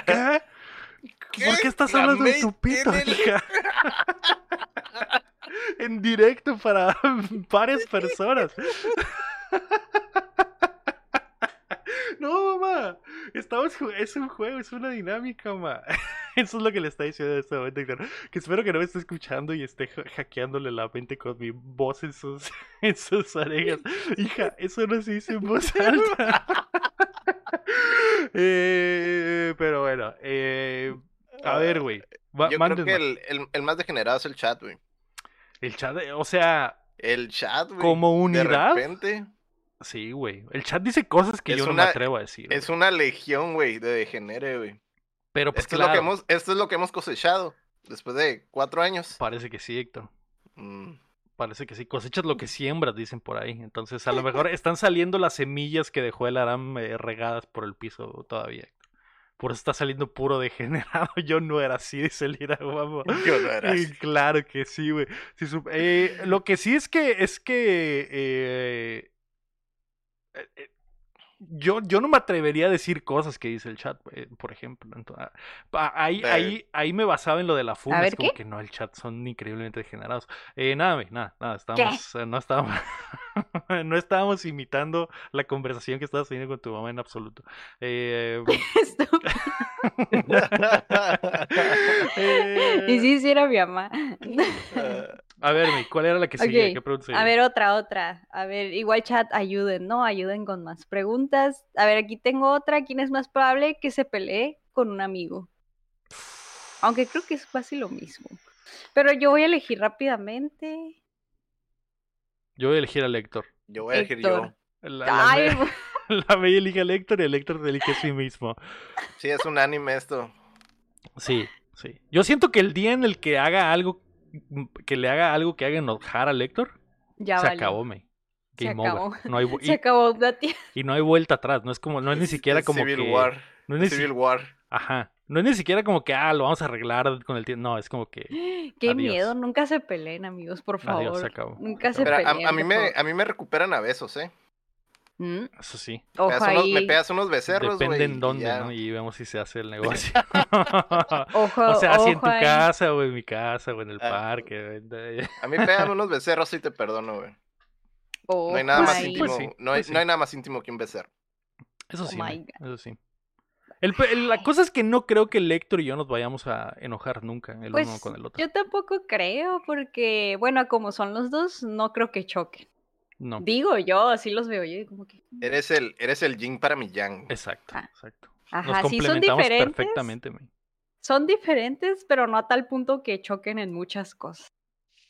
¿Qué? ¿Por qué estás ¿La hablando de May tu pito, tiene el- hija? *laughs* en directo para *laughs* varias personas. *laughs* No, mamá. Estamos ju- es un juego, es una dinámica, mamá. *laughs* Eso es lo que le está diciendo en este momento, Héctor. Que espero que no me esté escuchando y esté ha- hackeándole la mente con mi voz en sus, *laughs* en sus *laughs* orejas. Hija, eso no se dice en voz alta. *laughs* Eh, pero bueno, eh, a ver, güey. va- Ah, Yo creo mándenme. que El... el, el- el más degenerado es el chat, güey. chat, eh, o sea, El chat, güey. como De unidad. repente Sí, güey. El chat dice cosas que Es yo no me una- atrevo a decir. es güey. una legión, güey, de degenere, güey. Pero pues esto, claro, es lo que hemos, esto es lo que hemos cosechado después de cuatro años. parece que sí, Héctor. *laughs* Mm, Parece que sí, cosechas lo que siembras, dicen por ahí. Entonces, a lo mejor están saliendo las semillas que dejó el Aram eh, regadas por el piso todavía. Por eso está saliendo puro degenerado. *laughs* Yo no era así, dice el Ira, guapo. yo no era Y así. claro que sí, güey. Sí, sup- eh, lo que sí es que es que eh, eh, eh, yo, yo no me atrevería a decir cosas que dice el chat, eh, por ejemplo. Ento- ah, pa- ahí, Eh. ahí, ahí me basaba en lo de la funa. ver, es como ¿qué? que no, el chat son increíblemente degenerados. Eh, nada, güey, nada, nada, estábamos, eh, no estábamos. *laughs* No estábamos imitando la conversación que estabas teniendo con tu mamá en absoluto. *laughs* Eh, *laughs* esto. eh, Y si hiciera mi mamá. A ver, May, ¿cuál era la que seguía? Ok, ¿Qué pregunta A seguía? ver, otra, otra. A ver, igual chat, ayuden, ¿no? Ayuden con más preguntas. A ver, aquí tengo otra. ¿Quién es más probable que se pelee con un amigo? Aunque creo que es casi lo mismo. Pero yo voy a elegir rápidamente. Yo voy a elegir al Héctor. yo voy a elegir yo. Héctor. La, la Ay, *laughs* May- *laughs* la May elige al Héctor y el Héctor se elige a sí mismo. Sí, es un anime esto. Sí, sí. Yo siento que el día en el que haga algo, mm, que le haga algo que haga enojar al Héctor, ya se valió. acabó, May. Se Game over. acabó. No *laughs* hay, vu- Se acabó la tía. y, y no hay vuelta atrás. No es como, no es ni siquiera Es como Civil que. War. No es ni si- Civil War. Ajá. No es ni siquiera como que, ah, lo vamos a arreglar con el tiempo. No, es como que. Qué Adiós. miedo. Nunca se peleen, amigos, *gasps* por favor. Adiós, se acabó. Nunca se Pero Mira, peleen. a, a mí por me, favor. a mí me recuperan a besos, ¿eh? Mm, Eso sí. Ojo Pegas unos- ahí. me pegas unos becerros, güey. Depende en y dónde, ya. ¿no? Y vemos si se hace *laughs* el negocio. Ojo, o sea, si en ojo tu ahí. casa, o en mi casa, o en el Ah. parque. güey. A mí pegan unos becerros y te perdono, güey. No hay Ojo nada más ahí. íntimo. Pues sí, no, hay, pues sí. no hay nada más íntimo que un becerro. *laughs* Eso Oh sí, my men, God. eso sí. El pe- el- la cosa es que no creo que el Héctor y yo nos vayamos a enojar nunca el uno Pues con el otro. yo tampoco creo, porque, bueno, como son los dos, no creo que choquen. No, Digo yo, así los veo yo, y como que. Eres el, eres el yin para mi yang. exacto, Ah. exacto. Nos Ajá, sí son complementamos diferentes. perfectamente. men. Son diferentes, pero no a tal punto que choquen en muchas cosas.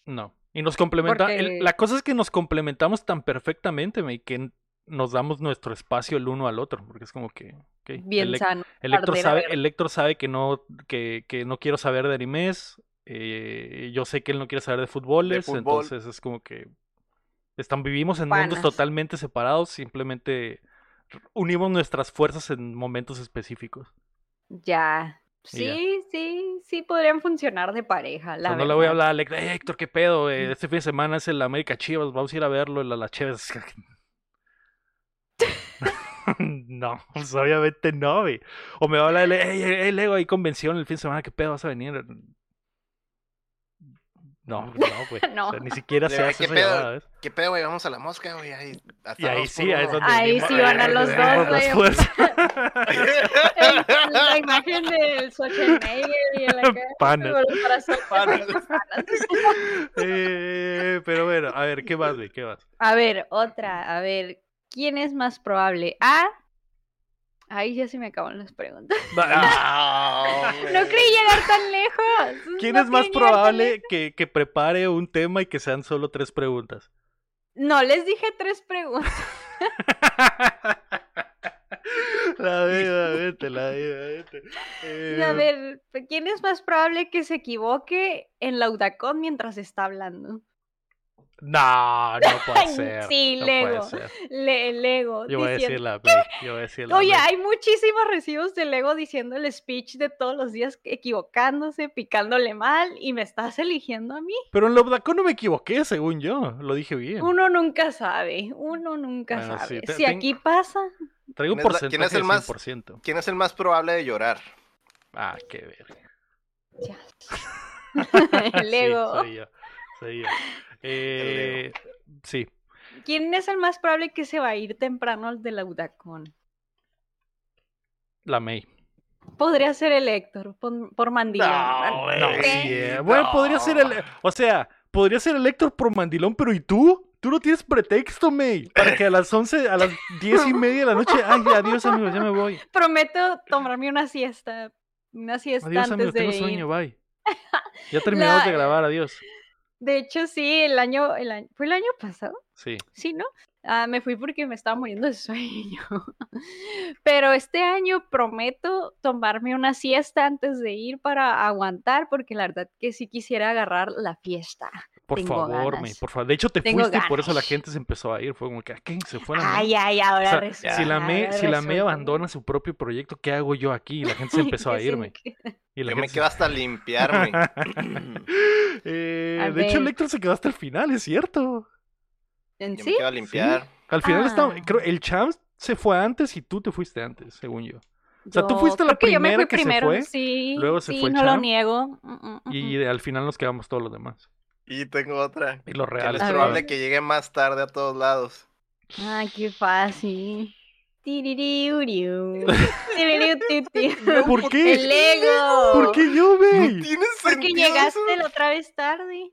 No. Y nos complementa. el- Porque- la cosa es que nos complementamos tan perfectamente men, que n- nos damos nuestro espacio el uno al otro. Porque es como que. ok, Bien el, Héc- sano. el Héctor Ardera sabe, verde. el Héctor sabe que no, que, que no quiero saber de animes. eh, yo sé que él no quiere saber de fútboles. fútbol. Entonces es como que están, vivimos en mundos Panas. totalmente separados. Simplemente unimos nuestras fuerzas en momentos específicos. Ya. Y ya. Sí, sí, sí podrían funcionar de O pareja. sea, La no le voy a verdad. hablar Mm. a Héctor, "Eh, Héctor, qué pedo. eh, este fin de semana es el América Chivas. Vamos a ir a verlo en la, la Chivas. *laughs* no, pues obviamente no, güey. O me va a hablar, hey, hey, Lego, hay convención el fin de semana. ¿Qué pedo vas a venir? No, no, güey. O sea, *laughs* *laughs* No. ni siquiera se Lego, hace "¿Qué esa pedo?" llamada, ¿ves? ¿Qué pedo, güey? Vamos a la mosca, güey. Ahí, hasta Y ahí dos sí, por ahí es uno. donde Ahí unimos- sí van *laughs* a los unimos las dos, güey. *laughs* fuerzas. El- la imagen del Schwarzenegger *laughs* y el acá, Panas. con los brazos, Panas. los panas. Eh, pero bueno, a ver, ¿qué más, güey? ¿Qué más? A ver, otra. A ver, ¿quién es más probable? A. Ahí ya se me acaban las preguntas. Va- No, *laughs* No güey. creí llegar tan lejos. ¿Quién no es más creí llegar tan lejos. probable que, que prepare un tema y que sean solo tres *laughs* preguntas? No, les dije tres preguntas. La vida, vete, la vida, vete. Eh, A ver, ¿quién es más probable que se equivoque en Laudacón mientras está hablando? No, *laughs* no puede ser. Sí, no Lego. Puede ser. Le- el ego. Yo voy a diciendo- decir la Play. Yo voy a decir la Oye, Play. hay muchísimos recibos de Lego diciendo el speech de todos los días, equivocándose, picándole mal, y me estás eligiendo a mí. Pero en Lobdacón no me equivoqué, según yo. Lo dije bien. Uno nunca sabe, uno nunca Bueno, sí, sabe. te- si ten- aquí pasa, Traigo un ¿Quién es la- porcentaje quién es el de más- 100%. ¿Quién es el más probable de llorar? Ah, qué verga. ya. *laughs* Sí, el ego. soy yo. Soy yo. Eh, sí. ¿Quién es el más probable que se va a ir temprano al de Laudacón? La May. Podría ser el Héctor, por, por mandilón. No, No, Eh, sí, eh. no. Bueno, podría ser el. O sea, podría ser el Héctor por mandilón, pero ¿y tú? Tú no tienes pretexto, May. Para que a las 11, a las 10 y media de la noche. Ay, adiós, amigos, ya me *laughs* voy. Prometo tomarme una siesta. Una siesta Adiós, antes amigos, de tengo ir. sueño, *laughs* bye. Ya terminamos de grabar, adiós. De hecho, sí, el año, el año, fue el año pasado, Sí. sí, ¿no? Ah, me fui porque me estaba muriendo de sueño. *laughs* Pero este año prometo tomarme una siesta antes de ir para aguantar, porque la verdad que sí quisiera agarrar la fiesta. Por Tengo favor, ganas. May, por favor. De hecho, te Tengo fuiste y por eso la ganas. gente se empezó a ir. Fue como que, ¿a qué? Se fueron. Ay, ay, ahora sea, resulta, si la May, ahora si la May resulta. *laughs* abandona su propio proyecto, ¿qué hago yo aquí? Y la gente se empezó Que a se irme. enque- Y la Yo me gente se- quedo hasta limpiarme. *laughs* *laughs* *laughs* Eh, A de hecho, ver. Electro se quedó hasta el final, es cierto. ¿En Yo sí? me quedo a limpiar. Al final Ah. estaba, creo, el Champs se fue antes y tú te fuiste antes, según yo. O sea, tú Yo fuiste la creo que yo me primera fui que se primero, fue, sí, luego se sí, fue el no lo Cham, niego. mm, mm, Y, mm, al final nos quedamos todos los demás. Y tengo otra. Y los Que reales. es A ver. probable que llegue más tarde a todos lados. mm. Ay, qué fácil. *laughs* Tiririuriu. Tiriritiuti. ¿Por qué? El Lego. ¿Por qué yo, No güey? tiene Porque sentido llegaste eso. la otra vez tarde.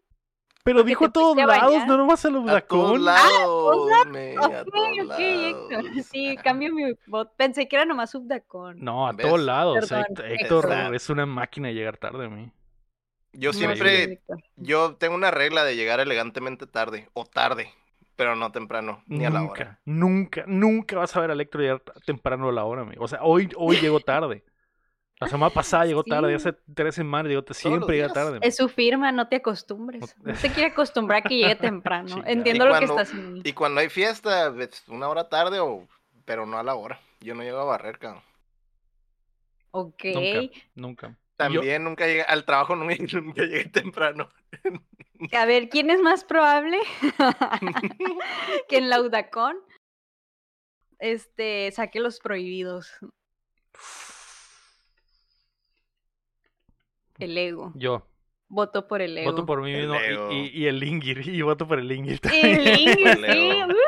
Pero dijo a te todos fuiste a lados, bañar. no nomás a los A Dracón. todos Ah, lados. me, a Ok, todos ok, Héctor. lados. *laughs* Sí, cambio mi bot. Pensé que era nomás subdacón. No, a ¿Ves? todos lados. Perdón, Héct- Héctor Héctor. es una máquina de llegar tarde a mí. Yo No, siempre, sí, Héctor. yo tengo una regla de llegar elegantemente tarde o tarde, pero no temprano, ni a la hora. Nunca, nunca, nunca vas a ver a Electro llegar t- temprano a la hora, amigo. O sea, hoy, hoy llegó tarde. La semana pasada llegó tarde, Sí. hace tres semanas llegó tarde. los Siempre llega días. tarde. Es su firma, no te acostumbres. No te quiere acostumbrar a que llegue temprano. Chingada. Entiendo Y lo que cuando- estás haciendo. Y cuando hay fiesta, es una hora tarde o, pero no a la hora. Yo no llego a barrer, cabrón. Ok. Nunca. Yo- También nunca llegué al trabajo, nunca, *laughs* nunca llegué temprano. A ver, ¿quién es más probable que en Laudacón este, saque los prohibidos? El ego. Yo. Voto por el ego. Voto por mí El mismo ego. y, y- y el Lingir. Y voto por el Lingir también. *laughs* El Inge, El sí. ego. uh, Y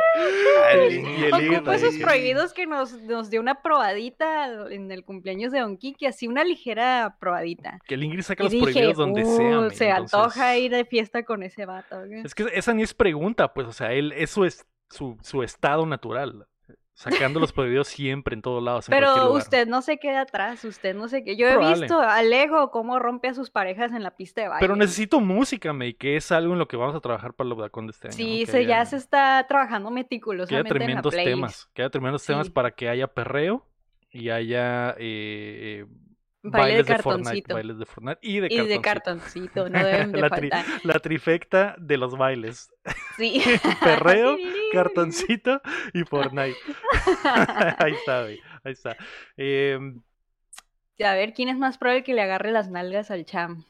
Ah, el hígado Ocupo esos ahí. prohibidos que nos, nos dio una probadita en el cumpleaños de Don Kiki, así una ligera probadita. Que el Ingrid saca Y los dije, prohibidos donde "Uh, sea. se men, antoja entonces- ir de fiesta con ese vato. ¿qué? Es que esa ni es pregunta, pues, o sea, él, eso es su, su estado natural. Sacando los prohibidos siempre, en todos lados. en cualquier Pero lugar. usted no se queda atrás, usted no se queda. Yo he Probable. visto a Lego cómo rompe a sus parejas en la pista de baile. Pero necesito música, May, que es algo en lo que vamos a trabajar para el Obdacón de este año. Sí, ¿no? Que se, ya haya- se está trabajando Que haya meticulosamente en la tremendos playlist. temas. Que haya tremendos temas Sí. para que haya perreo y haya eh, eh, Baile de bailes de Fortnite. cartoncito. Bailes de Fortnite y de y de cartoncito, no deben *laughs* de la, tri- faltar. la trifecta de los *laughs* bailes. *laughs* Sí. *laughs* Perreo, Tirirí. Cartoncito *laughs* y Fortnite. *laughs* ahí está, güey, Ahí está. Eh, A ver, ¿quién es más probable que le agarre las nalgas al cham?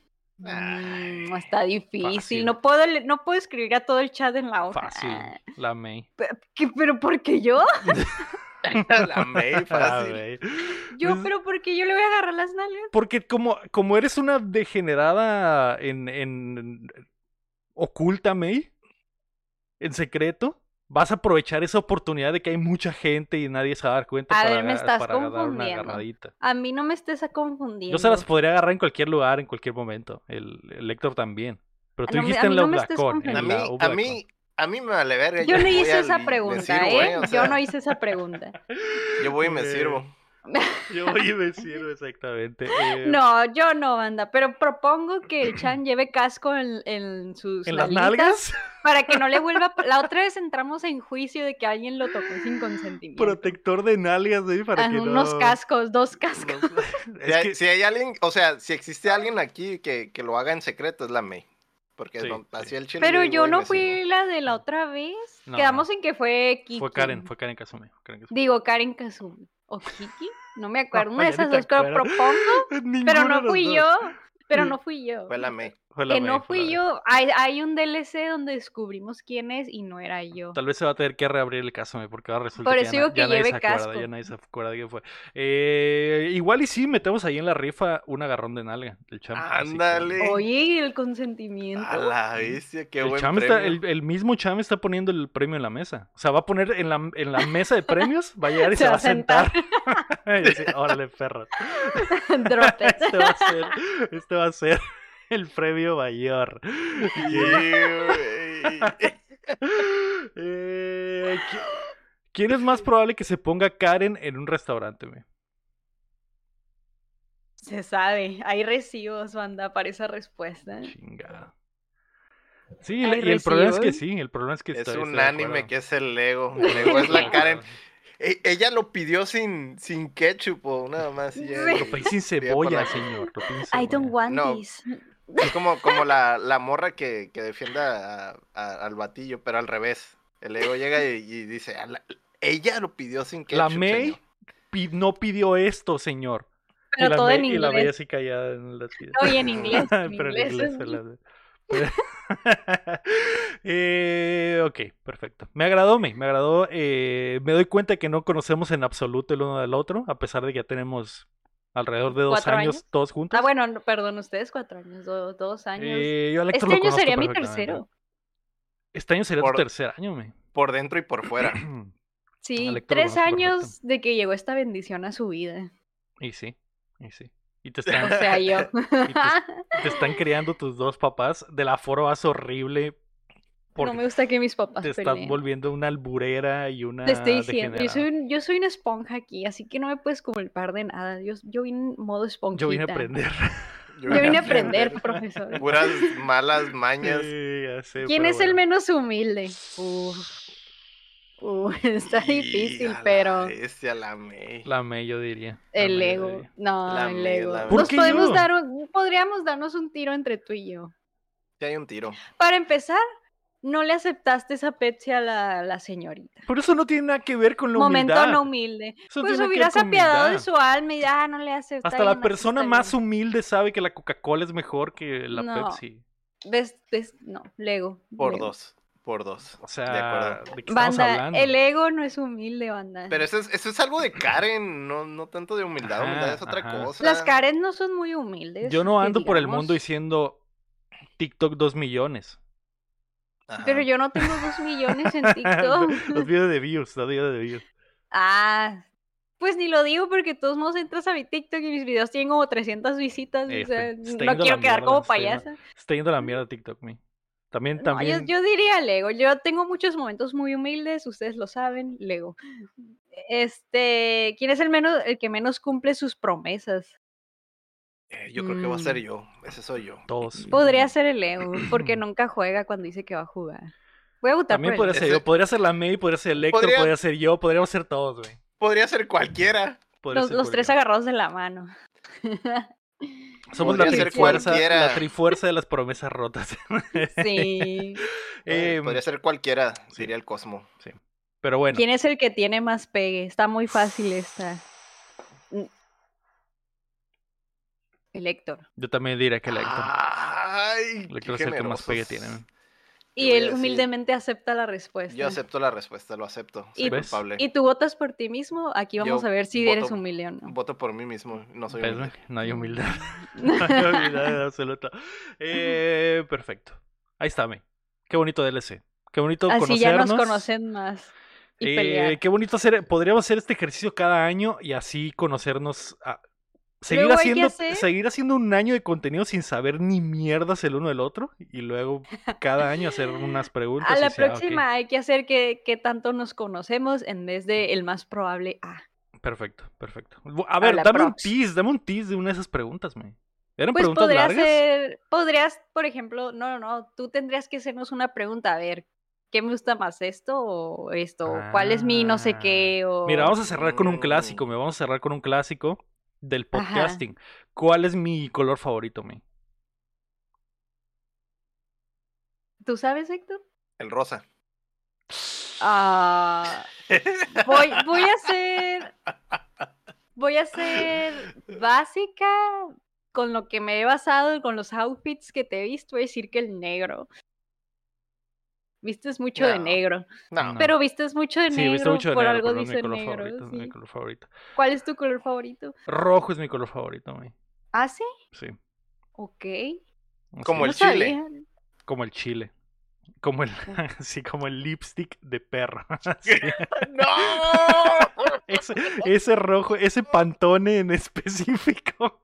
Ay, Mm, está difícil. fácil. No puedo, le- no puedo escribir a todo el chat en la hoja. fácil. La May. ¿Qué- ¿Pero por qué yo? *laughs* La May, La fácil. Ah, May. Yo, Pues- pero ¿por qué yo le voy a agarrar las nalgas? Porque como, como eres una degenerada en, en- oculta, May, en secreto, vas a aprovechar esa oportunidad de que hay mucha gente y nadie se va a dar cuenta A para, ver, me aga- estás para agarrar una confundiendo. agarradita. A mí no me estés a Yo confundiendo. se las podría agarrar en cualquier lugar, en cualquier momento. El, el Héctor también. Pero Ah, tú no me- dijiste a en mí la no me estés Oblacón. en A confundiendo. la mí, a Oblacón. mí, a mí me vale verga. Yo no voy hice al- esa me pregunta, sirvo, ¿eh? o Yo sea, no hice *laughs* esa pregunta. Yo voy y me Eh, sirvo. *laughs* Yo voy a *laughs* decir exactamente. eh, No, *clears throat* yo no, banda. Pero propongo que el Chan lleve casco en, en sus ¿En las nalguitas. *laughs* nalgas? Para que no *laughs* le vuelva. La otra vez entramos en juicio de que alguien lo tocó sin consentimiento. Protector de nalgas, güey, para Ah, que no... unos cascos, dos cascos. Es Si hay, que- si hay alguien, o sea, si existe alguien aquí que, que lo haga en secreto, es la May. Porque Sí, no- así el chile. Pero digo, yo "Güey, no me sirve". fui la de la otra vez. No, Quedamos en que fue Kiki. Fue Karen, fue Karen Kazumi. fue Karen Kazumi. Digo, Karen Kazumi. ¿O Kiki? No me *laughs* acuerdo. No, Una de ya ni esas te dos, pero acuerdas. *laughs* propongo. Pero Ninguna de no las fui dos. yo. Pero no fui yo. Fue la May. Fue la Que May, no fue la fui May. yo. Hay, hay un DLC donde descubrimos quién es y no era yo. Tal vez se va a tener que reabrir el caso, me, porque ahora resulta Por que, eso ya, digo na- que ya nadie se lleve acuerda, casco. ya nadie se acuerda de quién fue. Eh, igual y sí, metemos ahí en la rifa un agarrón de nalga del champ. así que- Ándale. Oye, el consentimiento. *laughs* A la bestia, qué el, buen cham premio. está- el- el mismo Cham está poniendo el premio en la mesa. O sea, va a poner en la, en la mesa de premios, va a llegar y se, va a sentar. *laughs* Y decir, Órale, perro. Drop *laughs* it. Este va a ser, este va a ser el premio mayor. Sí, *laughs* güey. Eh, ¿qui- ¿Quién es más probable que se ponga Karen en un restaurante, me? Se sabe, hay recibos, banda, para esa respuesta. Chingada. Sí, Ay, el- y el problema es que recibo. sí, el problema es que Es estoy- estoy un de anime acuerdo. que es el Lego. El Lego es la *laughs* Karen. E- ella lo pidió sin, sin ketchup o nada más. eh. y ya- Sí. Lo pedí sin Pidió por cebolla, la- señor. lo pedí sin I don't cebolla. want No. this. Es como, como la, la morra que, que defienda a- a- al batillo, pero al revés. El ego llega y, y dice, "A la- ella lo pidió sin que... La May pi- no pidió esto, señor. y Pero la todo May- en Y la veía inglés. así callada en la silla. No, y *laughs* en inglés. en Pero en inglés inglés es se mi- la- *laughs* Eh, ok, perfecto. Me agradó, me, me agradó. eh, me doy cuenta que no conocemos en absoluto el uno del otro, a pesar de que ya tenemos alrededor de dos ¿Cuatro años, años? todos juntos. Ah, bueno, no, perdón, ustedes cuatro años, do- dos años. Eh, yo a Lector este lo año conozco sería mi perfectamente. tercero. Este año sería tu Por- tercer año, me. *clears throat* Por dentro y por fuera. Sí, Lector lo tres conozco años de que llegó esta bendición a su vida. Y sí, y sí. *laughs* Y pues, te *laughs* O están, sea, yo. te están criando tus dos papás de la forma más horrible. no Porque me gusta que mis papás te estás peleen. volviendo una alburera y una. Te estoy diciendo, yo degenerada. soy, un- yo soy una esponja aquí, así que no me puedes culpar de nada. Yo, yo vine en modo esponjita. Yo vine a *laughs* aprender. *laughs* Yo vine a aprender, profesor. Puras malas mañas. Sí, ya sé, ¿Quién pero es el bueno. menos humilde? Uf. Uf, *laughs* está difícil, pero Es la May. La May, yo diría. La el May, yo ego. diría. No, La el mía, ego. la mía. ¿Por Nos qué podemos yo? dar un- podríamos darnos un tiro entre tú y yo. Sí hay un tiro. Para empezar, no le aceptaste esa pepsi a la, la señorita. Pero eso no tiene nada que ver con la Momento humildad. no humilde. Eso pues tiene que ver hubieras con apiadado de humildad. su alma y ah, no le aceptaste. Hasta la persona más humilde sabe que la Coca-Cola es mejor que la No. Pepsi. no, Lego. Por Lego. dos. Por dos. O De sea, acuerdo. ¿de qué estamos Banda, hablando? el ego no es humilde, banda. Pero eso es, eso es algo de Karen, no, no tanto de humildad. Ajá, humildad es otra ajá. cosa. Las Karen no son muy humildes. Yo no que ando por el mundo digamos. diciendo TikTok 2 millones. Ajá. Pero yo no tengo dos *laughs* millones *laughs* en Los TikTok. videos de views, los videos de views. ah, pues ni lo digo porque de todos modos entras a mi TikTok y mis videos tienen como 300 visitas. Eh, o sea, está yendo no la quiero quedar mierda, como está yendo- payasa. Está yendo la mierda TikTok, me. También, No, yo, también. yo diría Lego. Yo tengo muchos momentos muy humildes, ustedes lo saben, Lego. Este, ¿quién es el menos, el que menos cumple sus promesas? Eh, yo creo que va a ser Mm. yo. Ese soy yo. Todos. Podría ser el Lego, *clears throat* porque nunca juega cuando dice que va a jugar. Voy a votar También por podría el Lego. ser yo, podría ser la May, podría ser el Héctor, Podría- podría ser yo, podríamos ser todos, güey. Podría ser cualquiera. Podría Los, ser los tres cualquiera. agarrados de *laughs* la mano. *laughs* Somos la podría ser trifuerza, cualquiera. la trifuerza de las promesas rotas. *laughs* Sí. Eh, Podría ser cualquiera, diría el Cosmo. pero bueno, ¿Quién es el que tiene más pegue? Está muy fácil esta. Mm. El Héctor. yo también diría que el Héctor. Ay, El Héctor Ah, es qué el que más generosos. pegue tiene. güey. Yo Y voy a él decir- humildemente acepta la respuesta. Yo acepto la respuesta, lo acepto. Soy Este. ¿Y- ¿Ves? culpable. Y tú votas por ti mismo. Aquí Yo vamos a ver si eres voto- humilde o *laughs* no. Voto por mí mismo, no soy ¿Ves, humilde. güey? No hay humildad. *laughs* No hay humildad absoluta. Eh, perfecto. Ahí está, me. Qué bonito DLC. Qué bonito *laughs* Así ya conocernos. nos conocen más. Y Eh, pelear. qué bonito hacer, podríamos hacer este ejercicio cada año y así conocernos a- seguir Luego hay que haciendo hacer- seguir haciendo un año de contenido sin saber ni mierdas el uno del otro y luego cada año hacer unas preguntas. *laughs* A y la decir, ah, ok, próxima hay que hacer que, que tanto nos conocemos en vez de el más probable A. Perfecto, perfecto. Bu- A A ver, la dame un prox. tease, dame un tease de una de esas preguntas, me. ¿Eran Pues preguntas podrías, largas? ser- podrías, por ejemplo, no, no, no, tú tendrías que hacernos una pregunta, a ver, ¿qué me gusta más, esto o esto? ¿O ¿Cuál es mi no sé Ah. qué? O... Mira, vamos a cerrar con un Mm. clásico, me vamos a cerrar con un clásico del Ajá. podcasting. ¿Cuál es mi color favorito, me? ¿Tú sabes, Héctor? El rosa. *laughs* Ah, voy, voy a ser, voy a ser básica con lo que me he basado, con los outfits que te he visto, voy a decir que el negro. Vistes mucho de No. negro, No, *laughs* No. pero vistes mucho de Sí, negro, viste mucho de por negro, algo pero no es mi dice color negro. favorito, no es mi sí. color favorito. ¿Cuál es tu color favorito? Rojo es mi color favorito, me. ¿Ah, sí? Sí. Ok. Como Sí, el chile. sabía. como el chile. Como el, *laughs* sí, como el lipstick de *laughs* perro. Sí. ¡No! Ese, ese rojo, ese pantone en específico.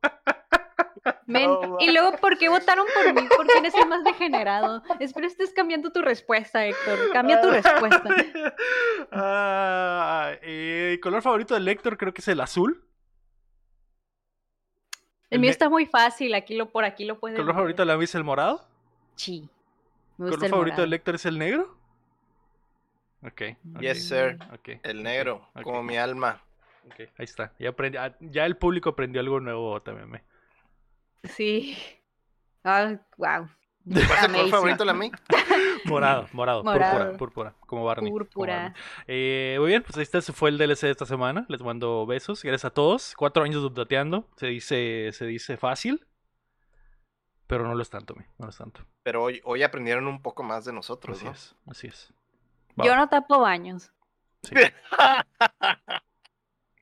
Men, No, y luego, ¿por qué votaron por mí? ¿Por quién es el más *laughs* degenerado? Espero estés cambiando tu respuesta, Héctor. Cambia tu respuesta. *laughs* Ah, eh, el color favorito del Héctor creo que es el azul. El El mío me- está muy fácil, aquí lo por aquí lo El pueden color favorito de la es el morado. Sí. Me El color gusta el favorito del morado. Héctor es el negro. Ok. ok, Yes, sir. ok, El ok, negro, ok, como mi *laughs* alma. ok, Ahí está. Ya, aprendí- ah, ya el público aprendió algo nuevo también. me. Sí. Ah, wow. ¿Cuál es el color Amazing. favorito de *laughs* la mí? *laughs* Morado, morado, Morado. púrpura, púrpura, como Barney. como Púrpura. Barney. Eh, muy bien, pues ahí está, ese fue el DLC de esta semana. Les mando besos. Gracias a todos. Cuatro años dubdateando. Se dice, se dice fácil. Pero no lo es tanto, mi, no lo es tanto. Pero hoy, hoy aprendieron un poco más de nosotros, Así ¿no? es, así es. Va. Yo no tapo baños. Sí.